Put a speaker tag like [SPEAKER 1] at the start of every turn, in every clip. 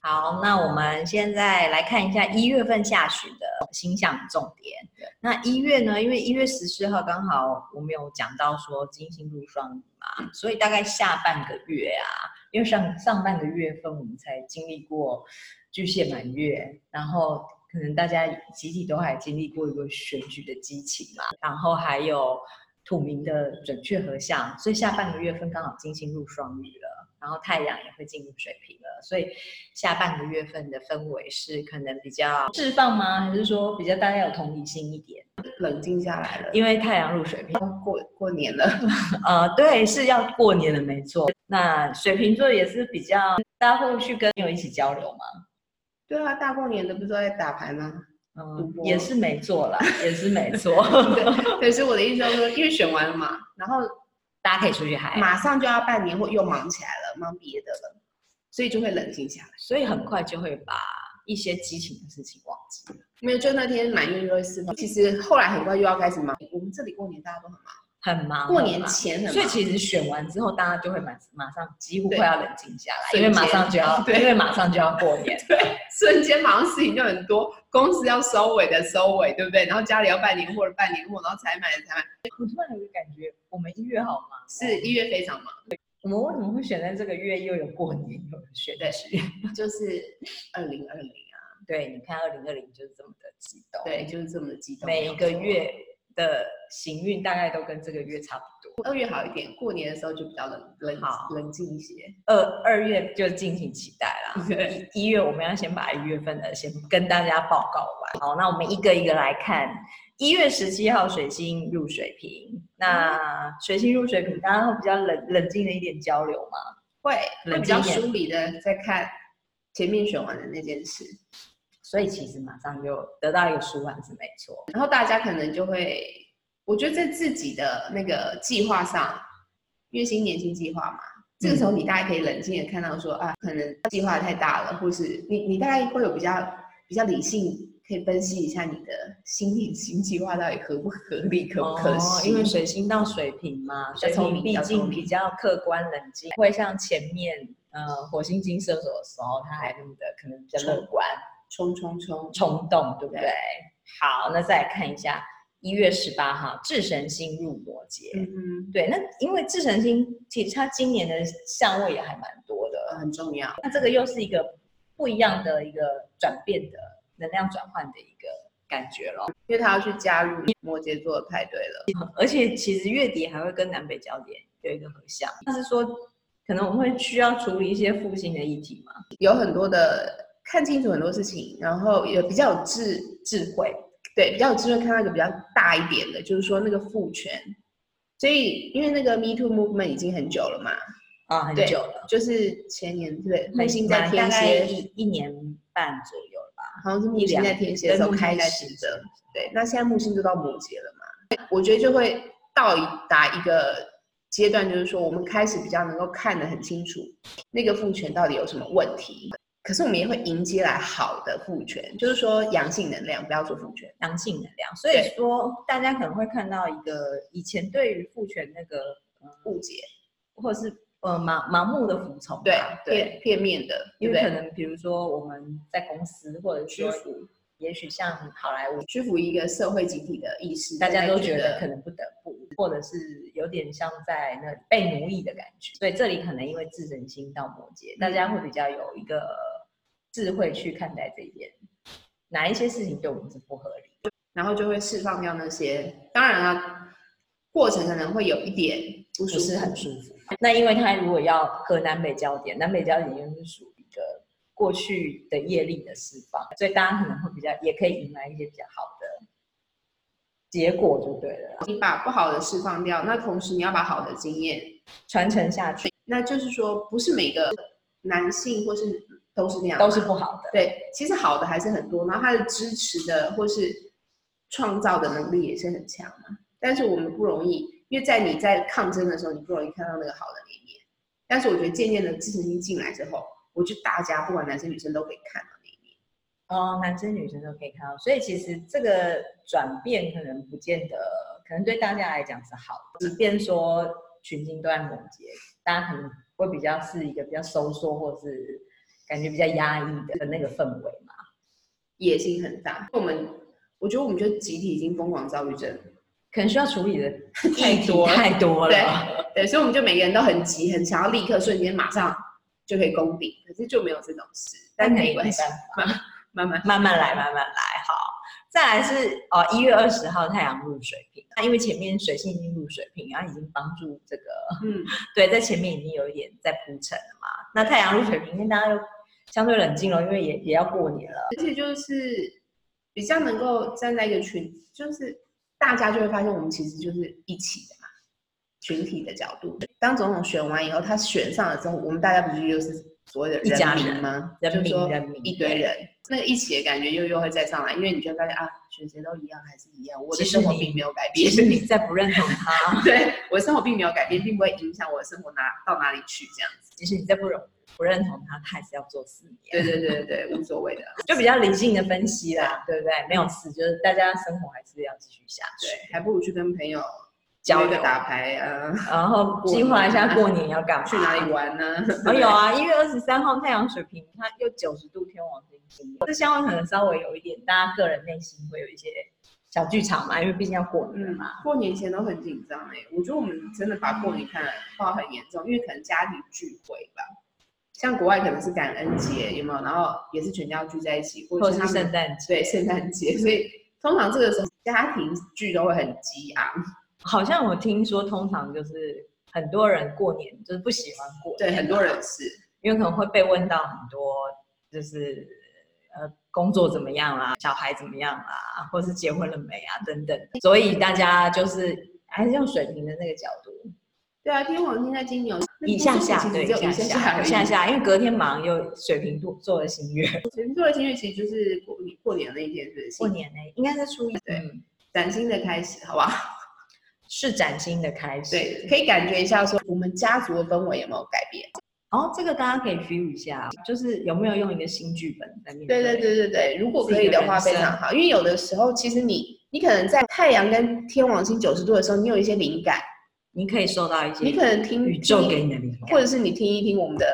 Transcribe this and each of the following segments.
[SPEAKER 1] 好，那我们现在来看一下一月份下旬的星象重点。那一月呢，因为一月十四号刚好我们有讲到说金星入双鱼嘛，所以大概下半个月啊，因为上上半个月份我们才经历过巨蟹满月，然后可能大家集体都还经历过一个选举的激情嘛，然后还有土明的准确合相，所以下半个月份刚好金星入双鱼了。然后太阳也会进入水瓶了，所以下半个月份的氛围是可能比较释放吗？还是说比较大家有同理心一点？
[SPEAKER 2] 冷静下来了，
[SPEAKER 1] 因为太阳入水瓶，
[SPEAKER 2] 过过年了，
[SPEAKER 1] 呃，对，是要过年了，没错。那水瓶座也是比较，大家会去跟朋友一起交流嘛？
[SPEAKER 2] 对啊，大过年的不知道在打牌吗？
[SPEAKER 1] 嗯，也是没错啦，也是 没错。
[SPEAKER 2] 对，对，所以我的意思就是说，因为选完了嘛，然后
[SPEAKER 1] 大家可以出去嗨，
[SPEAKER 2] 马上就要半年或又忙起来了，忙别的了，所以就会冷静下来。
[SPEAKER 1] 所以很快就会把一些激情的事情忘记了，
[SPEAKER 2] 没有，就那天满月就会释放。其实后来很快又要开始忙，我们这里过年大家都很忙，
[SPEAKER 1] 很忙。
[SPEAKER 2] 过
[SPEAKER 1] 很
[SPEAKER 2] 年
[SPEAKER 1] 忙
[SPEAKER 2] 前很忙，
[SPEAKER 1] 所以其实选完之后，大家就会马马上几乎
[SPEAKER 2] 对
[SPEAKER 1] 快要冷静下来，
[SPEAKER 2] 瞬
[SPEAKER 1] 因
[SPEAKER 2] 间
[SPEAKER 1] 为马上就要，
[SPEAKER 2] 对
[SPEAKER 1] 因为马上就要过年。
[SPEAKER 2] 瞬间马上事情就很多，公司要收尾的收尾，对不对？然后家里要办年货的办年货，然后采买的采买，
[SPEAKER 1] 我突然有一个感觉，我们一月好忙哦，
[SPEAKER 2] 是一月非常忙，
[SPEAKER 1] 我们为什么会选在这个月？又有过年，又有选举。
[SPEAKER 2] 就是二零二零啊，
[SPEAKER 1] 对，你看二零二零就是这么的激动，
[SPEAKER 2] 对，，就是这么激动。
[SPEAKER 1] 每一个月的行运大概都跟这个月差不多。
[SPEAKER 2] 二月好一点，过年的时候就比较冷冷
[SPEAKER 1] 好
[SPEAKER 2] 冷静一些。
[SPEAKER 1] 二二月就敬请期待 啦。
[SPEAKER 2] 对，
[SPEAKER 1] 一月我们要先把一月份的先跟大家报告完。好，那我们一个一个来看。一月十七号水星入水瓶，那水星入水瓶，大家会比较冷冷静的一点交流嘛？
[SPEAKER 2] 会会
[SPEAKER 1] 冷
[SPEAKER 2] 比
[SPEAKER 1] 静
[SPEAKER 2] 较
[SPEAKER 1] 一点
[SPEAKER 2] 梳理的在看前面选完的那件事，
[SPEAKER 1] 所以其实马上就得到一个舒缓是没错。
[SPEAKER 2] 然后大家可能就会，我觉得在自己的那个计划上，因为新年新计划嘛，这个时候
[SPEAKER 1] 嗯
[SPEAKER 2] 你大概可以冷静的看到说啊，可能计划太大了，或是你你大概会有比较比较理性。可以分析一下你的新年新计划到底合不合理，可不可
[SPEAKER 1] 哦
[SPEAKER 2] 行？
[SPEAKER 1] 因为水星到水瓶嘛，
[SPEAKER 2] 比较
[SPEAKER 1] 水
[SPEAKER 2] 聪
[SPEAKER 1] 瓶
[SPEAKER 2] 明
[SPEAKER 1] 毕
[SPEAKER 2] 比较聪
[SPEAKER 1] 竟
[SPEAKER 2] 明
[SPEAKER 1] 比较客观冷静，不会像前面呃火星金射手的时候，他还那么的可能比较乐观、
[SPEAKER 2] 冲冲冲！
[SPEAKER 1] 冲动，对不对？
[SPEAKER 2] 对
[SPEAKER 1] 好，那再来看一下一月十八号，智神星入摩羯。
[SPEAKER 2] 嗯哼，
[SPEAKER 1] 对，那因为智神星其实它今年的相位也还蛮多的，
[SPEAKER 2] 呃很重要。
[SPEAKER 1] 那这个又是一个不一样的一个转变的能量转换的一个感觉咯。
[SPEAKER 2] 因为他要去加入摩羯座的派对了。
[SPEAKER 1] 而且其实月底还会跟南北交点有一个合相，但是说可能我们会需要处理一些复兴的议题嘛，
[SPEAKER 2] 有很多的看清楚很多事情，然后也比较有智智慧，对，比较有智慧看到一个比较大一点的，就是说那个父权。所以，因为那个 Me Too Movement 已经很久了嘛，
[SPEAKER 1] 啊，很
[SPEAKER 2] 对
[SPEAKER 1] 久了，
[SPEAKER 2] 就是前年对，木
[SPEAKER 1] 很
[SPEAKER 2] 星在天
[SPEAKER 1] 嗯大概
[SPEAKER 2] 蝎，
[SPEAKER 1] 一一年半左右了吧，
[SPEAKER 2] 好像是木星在天蝎的时候
[SPEAKER 1] 对木星
[SPEAKER 2] 开
[SPEAKER 1] 在
[SPEAKER 2] 始
[SPEAKER 1] 天蝎
[SPEAKER 2] 的，对。那现在木星就到摩羯了嘛，我觉得就会到达一个阶段，就是说我们开始比较能够看得很清楚，那个父权到底有什么问题。可是我们也会迎接来好的父权，就是说阳性能量，不要做父权。
[SPEAKER 1] 阳性能量，所以
[SPEAKER 2] 对
[SPEAKER 1] 说大家可能会看到一个以前对于父权那个呃
[SPEAKER 2] 误解，
[SPEAKER 1] 或是呃盲盲目的服从吧，
[SPEAKER 2] 对，
[SPEAKER 1] 对。
[SPEAKER 2] 片片面的，对
[SPEAKER 1] 因
[SPEAKER 2] 不
[SPEAKER 1] 为可
[SPEAKER 2] 对？
[SPEAKER 1] 能比如说我们在公司，或者
[SPEAKER 2] 屈
[SPEAKER 1] 说
[SPEAKER 2] 服，
[SPEAKER 1] 也许像好莱坞
[SPEAKER 2] 屈服于一个社会集体的意识，
[SPEAKER 1] 大家都觉得可
[SPEAKER 2] 能
[SPEAKER 1] 能不得不，或者是有点像在那里被奴役的感觉。所以这里可能因为自神心到摩羯，大
[SPEAKER 2] 嗯
[SPEAKER 1] 家会比较有一个智慧去看待这一点，哪一些事情对我们是不合理的。
[SPEAKER 2] 然后就会释放掉那些。当然啊，过程可能会有一点不舒
[SPEAKER 1] 不
[SPEAKER 2] 服，
[SPEAKER 1] 是很舒服。那因为它如果要和南北交点，南北交点又是属于一个过去的业力的释放，所以大家可能会比较也可以迎来一些比较好的结果，就对了啦，
[SPEAKER 2] 你把不好的释放掉，那同时你要把好的经验，
[SPEAKER 1] 传承下去
[SPEAKER 2] 那就是说不是每个男性或是都是那样，
[SPEAKER 1] 都是不好的。
[SPEAKER 2] 对。其实好的还是很多，然后他的支持的或是创造的能力也是很强嘛。但是我们不容易，因为在你在抗争的时候，你不容易看到那个好的那一面。但是我觉得渐渐的自信心进来之后，我觉得大家不管男生女生都可以看到那一面。
[SPEAKER 1] 哦，男生女生都可以看到，所以其实这个转变可能不见得，可能对大家来讲是好的，即便说群星都在摩羯，大家可能会比较是一个比较收缩或是感觉比较压抑的那个氛围嘛。
[SPEAKER 2] 野心很大。我们我觉得我们就集体已经疯狂躁郁症，
[SPEAKER 1] 可能需要处理的
[SPEAKER 2] 太
[SPEAKER 1] 议题
[SPEAKER 2] 多了
[SPEAKER 1] 太多
[SPEAKER 2] 对
[SPEAKER 1] 了，
[SPEAKER 2] 对，所以我们就每个人都很急，很想要立刻瞬间马上就可以攻顶，可是就没有这种事，但
[SPEAKER 1] 那
[SPEAKER 2] 没
[SPEAKER 1] 你
[SPEAKER 2] 关系
[SPEAKER 1] 没，
[SPEAKER 2] 慢慢慢慢。
[SPEAKER 1] 慢慢来，慢慢来，好。再来是哦，一月二十号太阳入水瓶，那因为前面水星已经入水瓶，然后已经帮助这个
[SPEAKER 2] 嗯，
[SPEAKER 1] 对，在前面已经有一点在铺陈了嘛。那太阳入水瓶，因为大家又相对冷静了，因为也也要过年 了。
[SPEAKER 2] 而且就是比较能够站在一个群，就是大家就会发现我们其实就是一起的嘛，群体的角度。当总统选完以后，他选上了之后，我们大家不是又是所谓的
[SPEAKER 1] 一家
[SPEAKER 2] 人民
[SPEAKER 1] 人
[SPEAKER 2] 吗？
[SPEAKER 1] 人
[SPEAKER 2] 就
[SPEAKER 1] 民
[SPEAKER 2] 说
[SPEAKER 1] 人民
[SPEAKER 2] 一堆人，那个一起的感觉又又会再上来，因为你就会发现啊，选谁都一样，还是一样，我
[SPEAKER 1] 其
[SPEAKER 2] 的
[SPEAKER 1] 实
[SPEAKER 2] 生活
[SPEAKER 1] 你
[SPEAKER 2] 并没有改
[SPEAKER 1] 其
[SPEAKER 2] 变。
[SPEAKER 1] 实你在不认同他，
[SPEAKER 2] 对我的生活并没有改变，并不会影响我的生活哪到哪里去这样子。
[SPEAKER 1] 其实你在不认不认同他，他还是要做四年，
[SPEAKER 2] 对对对对对，无所谓的。
[SPEAKER 1] 就比较理性的分析啦，对不对？没有事，就是大家生活还是要继续下去，
[SPEAKER 2] 对，还不如去跟朋友
[SPEAKER 1] 交
[SPEAKER 2] 约个
[SPEAKER 1] 流，
[SPEAKER 2] 打牌啊，
[SPEAKER 1] 然后计划一下过年要干嘛，
[SPEAKER 2] 去哪里玩呢、
[SPEAKER 1] 哦，有啊，一月二十三号太阳水瓶，它又九十度天王星星座，这相关可能稍微有一点，大家个人内心会有一些小剧场嘛，因为毕竟要过年了
[SPEAKER 2] 嗯
[SPEAKER 1] 嘛。，
[SPEAKER 2] 过年前都很紧张哎，我觉得我们真的把过年看得化很严重，因为可能家庭聚会吧，像国外可能是感恩节有没有，然后也是全家聚在一起，或
[SPEAKER 1] 或
[SPEAKER 2] 者
[SPEAKER 1] 者
[SPEAKER 2] 是他
[SPEAKER 1] 是圣
[SPEAKER 2] 们
[SPEAKER 1] 诞节，
[SPEAKER 2] 嗯对圣诞节，所以通常这个时候家庭聚都会很激昂，
[SPEAKER 1] 好像我听说通常就是很多人过年就是不喜欢过
[SPEAKER 2] 对，
[SPEAKER 1] 年
[SPEAKER 2] 很多人是，
[SPEAKER 1] 因为可能会被问到很多，就是呃工作怎么样啦，小孩怎么样啦，或是结婚了没啊等等，所以大家就是还是用水平的那个角度，
[SPEAKER 2] 对啊，天王星在金牛，那
[SPEAKER 1] 一下下
[SPEAKER 2] 其
[SPEAKER 1] 对
[SPEAKER 2] 实只
[SPEAKER 1] 一
[SPEAKER 2] 有一
[SPEAKER 1] 下下
[SPEAKER 2] 下而
[SPEAKER 1] 一
[SPEAKER 2] 已
[SPEAKER 1] 下下，因为隔天马上又水瓶座做了新月，
[SPEAKER 2] 水瓶座的星月其实就是过年过年那一天，是不是？
[SPEAKER 1] 过年呢应该是初一，
[SPEAKER 2] 对
[SPEAKER 1] 嗯，
[SPEAKER 2] 崭新的开始，好不 好？
[SPEAKER 1] 是崭新的开始。
[SPEAKER 2] 对，可以感觉一下说我们家族的氛围有没有改变？
[SPEAKER 1] 然后这个大家可以 feel 一下，就是有没有用一个新剧本在面
[SPEAKER 2] 对对对对对，如果可以的话
[SPEAKER 1] 自己
[SPEAKER 2] 非
[SPEAKER 1] 的人生
[SPEAKER 2] 常好，因为有的时候其实你你可能在太阳跟天王星九十度的时候，你有一些灵感，
[SPEAKER 1] 你可以受到一些
[SPEAKER 2] 你可能听
[SPEAKER 1] 宇宙
[SPEAKER 2] 听
[SPEAKER 1] 给你的灵感，
[SPEAKER 2] 或者是你听一听我们的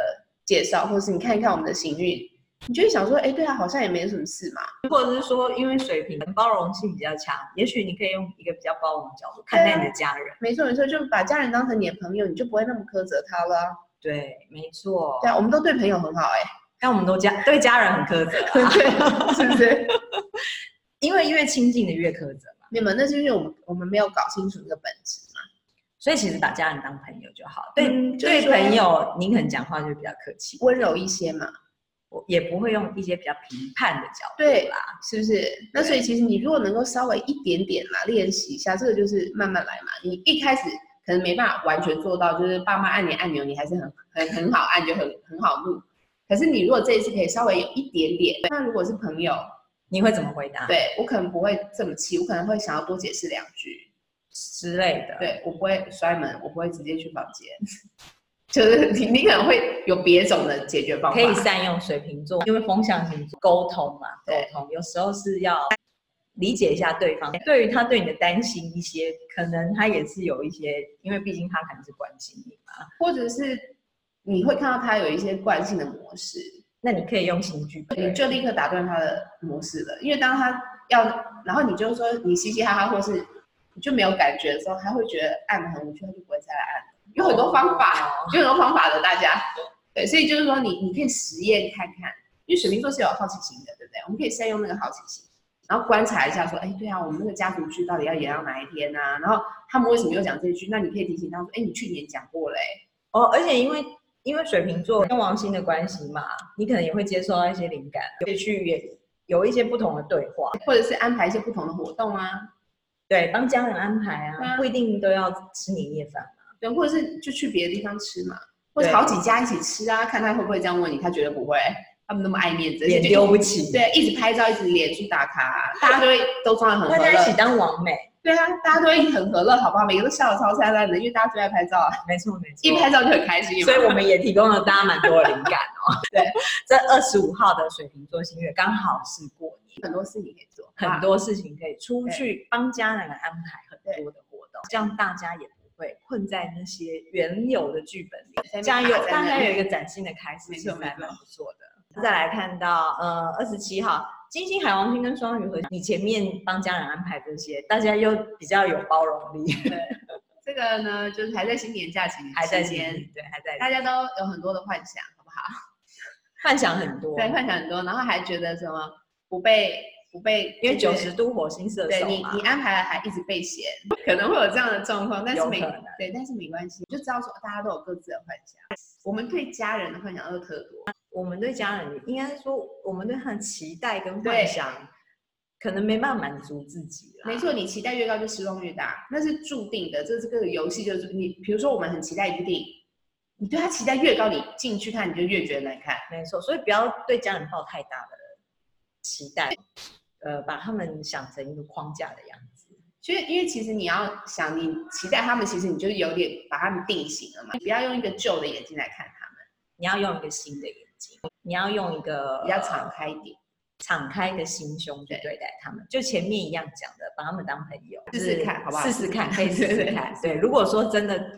[SPEAKER 2] 介绍，或者是你看一看我们的行运，你就会想说，哎，对啊，好像也没什么事嘛。
[SPEAKER 1] 或者是说，因为水瓶包容性比较强，也许你可以用一个比较包容的角度看待你的家人。
[SPEAKER 2] 没错没错，就把家人当成你的朋友，你就不会那么苛责他了啊。
[SPEAKER 1] 对，没错
[SPEAKER 2] 对。啊，我们都对朋友很 好哎、
[SPEAKER 1] 但我们都家对家人很苛责啊、
[SPEAKER 2] 对，是不是？
[SPEAKER 1] 因为越亲近的越苛责嘛。
[SPEAKER 2] 你们那是因为我们我们没有搞清楚这个本质嘛。
[SPEAKER 1] 所以其实把家人当朋友就好。对、
[SPEAKER 2] 嗯就
[SPEAKER 1] 对，
[SPEAKER 2] 是说
[SPEAKER 1] 朋友你可能讲话就比较客气，
[SPEAKER 2] 温柔一些嘛，
[SPEAKER 1] 我也不会用一些比较评判的角度
[SPEAKER 2] 对
[SPEAKER 1] 啦。
[SPEAKER 2] 是不是？那所以其实你如果能够稍微一点点啦练习一下，这个就是慢慢来嘛。你一开始可能没办法完全做到，就是爸妈按你按钮，你还是很很很好按，就很很好录。可是你如果这一次可以稍微有一点点，那如果是朋友，
[SPEAKER 1] 你会怎么回答？
[SPEAKER 2] 对我可能不会这么气，我可能会想要多解释两句，
[SPEAKER 1] 之类的。，
[SPEAKER 2] 对我不会摔门，我不会直接去房间， 就是你你可能会有别种的解决方法，
[SPEAKER 1] 可以善用水瓶座，因为风象星座沟通嘛，沟
[SPEAKER 2] 对
[SPEAKER 1] 通有时候是要理解一下对方，对于他对你的担心一些，可能他也是有一些，因为毕竟他可能是关心你嘛，
[SPEAKER 2] 或者是你会看到他有一些惯性的模式，
[SPEAKER 1] 那你可以用新剧
[SPEAKER 2] 你
[SPEAKER 1] 本。
[SPEAKER 2] 就立刻打断他的模式了。因为当他要，然后你就说你嘻嘻哈哈，或是你就没有感觉的时候，他会觉得按得很无趣，他就不会再来按了。有很多方法，
[SPEAKER 1] 哦
[SPEAKER 2] 有很多方法的，大家对，所以就是说你你可以实验看看，因为水瓶座是有好奇心的，对不对？我们可以善用那个好奇心。然后观察一下，说，哎，对啊，我们那个家族剧到底要演到哪一天啊？然后他们为什么又讲这一句？那你可以提醒他说，哎，你去年讲过嘞、
[SPEAKER 1] 哦，而且因为因为水瓶座跟王星的关系嘛，你可能也会接收到一些灵感，可以去也有一些不同的对话，
[SPEAKER 2] 或者是安排一些不同的活动啊，
[SPEAKER 1] 对，帮家人安排
[SPEAKER 2] 对
[SPEAKER 1] 啊，
[SPEAKER 2] 啊
[SPEAKER 1] 不一定都要吃年夜饭。
[SPEAKER 2] 对，或者是就去别的地方吃嘛，或
[SPEAKER 1] 对
[SPEAKER 2] 者好几家一起吃啊，看他会不会这样问你，他绝对不会，他们那么爱面子，
[SPEAKER 1] 脸
[SPEAKER 2] 就
[SPEAKER 1] 丢不起
[SPEAKER 2] 对，一直拍照，一直脸书打卡啊、大家就会都啊装的很
[SPEAKER 1] 大
[SPEAKER 2] 和
[SPEAKER 1] 家一起
[SPEAKER 2] 乐，
[SPEAKER 1] 当王美，
[SPEAKER 2] 对啊，大家都会很和乐，好不好？每个都笑得超灿烂的，因为大家最爱拍照啊，
[SPEAKER 1] 没错没错，
[SPEAKER 2] 一拍照就很开心嘛，
[SPEAKER 1] 所以我们也提供了大家蛮多的灵感哦。
[SPEAKER 2] 对，
[SPEAKER 1] 这二十五号的水瓶座新月刚好是过年，
[SPEAKER 2] 很多事情可以做，
[SPEAKER 1] 很多事情可以出去帮家人安排很多的活动，这样大家也不会困在那些原有的剧本里。
[SPEAKER 2] 在那边
[SPEAKER 1] 这样有
[SPEAKER 2] 卡在那
[SPEAKER 1] 大家有一个崭新的开始，
[SPEAKER 2] 没
[SPEAKER 1] 其实
[SPEAKER 2] 错
[SPEAKER 1] 还蛮不错的。再来看到呃二十七号，金星、海王星跟双鱼合，你前面帮家人安排这些，大家又比较有包容 力，
[SPEAKER 2] 这个呢，就是还在新年假期
[SPEAKER 1] 还在
[SPEAKER 2] 期
[SPEAKER 1] 前
[SPEAKER 2] 间，
[SPEAKER 1] 面对，还在
[SPEAKER 2] 大家都有很多的幻想，好不好？
[SPEAKER 1] 幻想很多，
[SPEAKER 2] 对，幻想很多，然后还觉得什么不被不被，
[SPEAKER 1] 因为
[SPEAKER 2] 就
[SPEAKER 1] 九
[SPEAKER 2] 是
[SPEAKER 1] 十度火星射
[SPEAKER 2] 对
[SPEAKER 1] 手
[SPEAKER 2] 你
[SPEAKER 1] 嘛，
[SPEAKER 2] 你安排了还一直被嫌，可能会有这样的状况，但是
[SPEAKER 1] 有
[SPEAKER 2] 没
[SPEAKER 1] 可能
[SPEAKER 2] 对，但是没关系，就知道说大家都有各自的幻想。我们对家人的幻想都特多，
[SPEAKER 1] 我们对家人应该说，我们对他的期待跟
[SPEAKER 2] 对
[SPEAKER 1] 幻想，可能没办法满足自己啦。
[SPEAKER 2] 没错，你期待越高就失望越大，那是注定的。这这个游戏就是你，比如说我们很期待一部电影，你对它期待越高，你进去看你就越觉得难看。
[SPEAKER 1] 没错，所以不要对家人抱太大的期待，呃，把他们想成一个框架的样子。
[SPEAKER 2] 所以，因为其实你要想，你期待他们，其实你就是有点把他们定型了嘛。你不要用一个旧的眼睛来看他
[SPEAKER 1] 你要用一个新的眼睛，你要用一个
[SPEAKER 2] 们，比较敞开一点，
[SPEAKER 1] 敞开的心胸去对待他们，就前面一样讲的，把他们当朋友，
[SPEAKER 2] 试试
[SPEAKER 1] 就是
[SPEAKER 2] 看好不好
[SPEAKER 1] 试试 看，可以试试看。对，如果说真的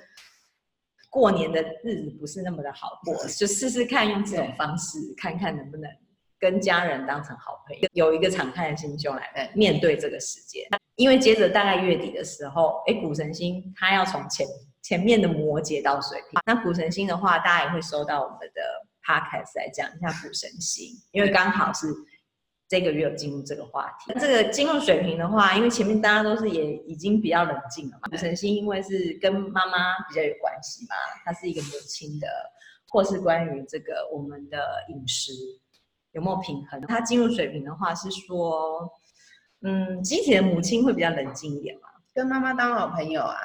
[SPEAKER 1] 过年的日子不是那么的好 过，就试试看用这种方式，看看能不能跟家人当成好朋友，有一个敞开的心胸来
[SPEAKER 2] 对
[SPEAKER 1] 面对这个世界。因为接着大概月底的时候，哎，古神星它要从前前面的摩羯到水瓶，那古神星的话，大家也会收到我们的 podcast 来讲一下古神星，因为刚好是这个月有进入这个话题。那这个进入水瓶的话，因为前面大家都是也已经比较冷静了嘛，古神星因为是跟妈妈比较有关系嘛，它是一个母亲的，或是关于这个我们的饮食有没有平衡。它进入水瓶的话是说，嗯，集体的母亲会比较冷静一点嘛，
[SPEAKER 2] 跟妈妈当好朋友啊。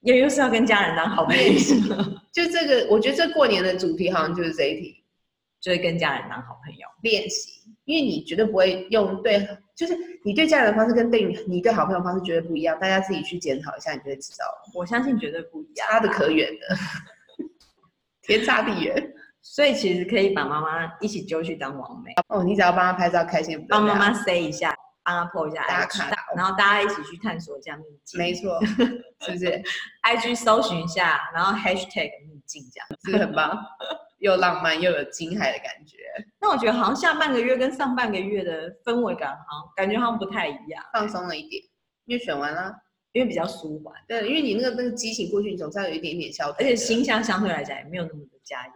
[SPEAKER 1] 也又是要跟家人当好朋友，
[SPEAKER 2] 就这个，我觉得这过年的主题好像就是这一题
[SPEAKER 1] 就会跟家人当好朋友。
[SPEAKER 2] 练习，因为你绝对不会用对，就是你对家人的方式跟对你你对好朋友的方式绝对不一样，大家自己去检讨一下，你就会知道了，
[SPEAKER 1] 我相信绝对不一样。
[SPEAKER 2] 差的可远了，天差地远。
[SPEAKER 1] 所以其实可以把妈妈一起揪去当王妹，
[SPEAKER 2] 哦，你只要帮他拍照开心，
[SPEAKER 1] 帮妈，妈 say 一下，帮她 po 一下
[SPEAKER 2] 打
[SPEAKER 1] IG，
[SPEAKER 2] 卡
[SPEAKER 1] 然后大家一起去探索一下秘境。
[SPEAKER 2] 没错，是不是
[SPEAKER 1] IG 搜寻一下，然后 hashtag 秘境这样。
[SPEAKER 2] 是很棒，又浪漫又有惊骇的感觉，
[SPEAKER 1] 那我觉得好像下半个月跟上半个月的氛围感好像感觉好像不太一样，
[SPEAKER 2] 放松了一点，因为选完了，
[SPEAKER 1] 因为比较舒缓，
[SPEAKER 2] 对，因为你那个那个激情过去，你总是要有一点点消退
[SPEAKER 1] 而且
[SPEAKER 2] 的，
[SPEAKER 1] 星象相对来讲也没有那么的加压。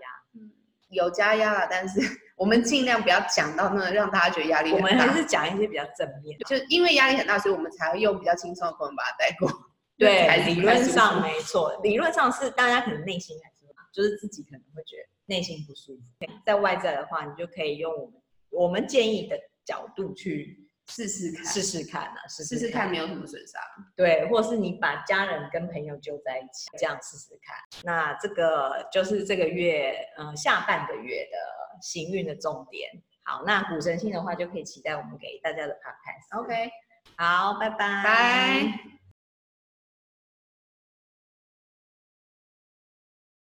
[SPEAKER 2] 有加压啦，但是 我们尽量不要讲到那个让大家觉得压力
[SPEAKER 1] 我
[SPEAKER 2] 很
[SPEAKER 1] 们
[SPEAKER 2] 大。
[SPEAKER 1] 还是讲一些比较正面的。
[SPEAKER 2] 就因为压力很大，所以我们才会用比较轻松的方法把它带过。 还
[SPEAKER 1] 对，
[SPEAKER 2] 是
[SPEAKER 1] 理
[SPEAKER 2] 不太
[SPEAKER 1] 论
[SPEAKER 2] 舒服
[SPEAKER 1] 上没错，理论上是大家可能内心还是就是自己可能会觉得内心不舒服，在外在的话，你就可以用我们我们建议的角度去
[SPEAKER 2] 试试看，
[SPEAKER 1] 试试看啊，试
[SPEAKER 2] 试试看，没有什么损伤。
[SPEAKER 1] 对，或是你把家人跟朋友揪在一起，这样试试看。那这个就是这个月，呃，下半个月的行运的重点。好，那古神星的话，就可以期待我们给大家的 podcast。
[SPEAKER 2] OK，
[SPEAKER 1] 好，拜拜，
[SPEAKER 2] 拜。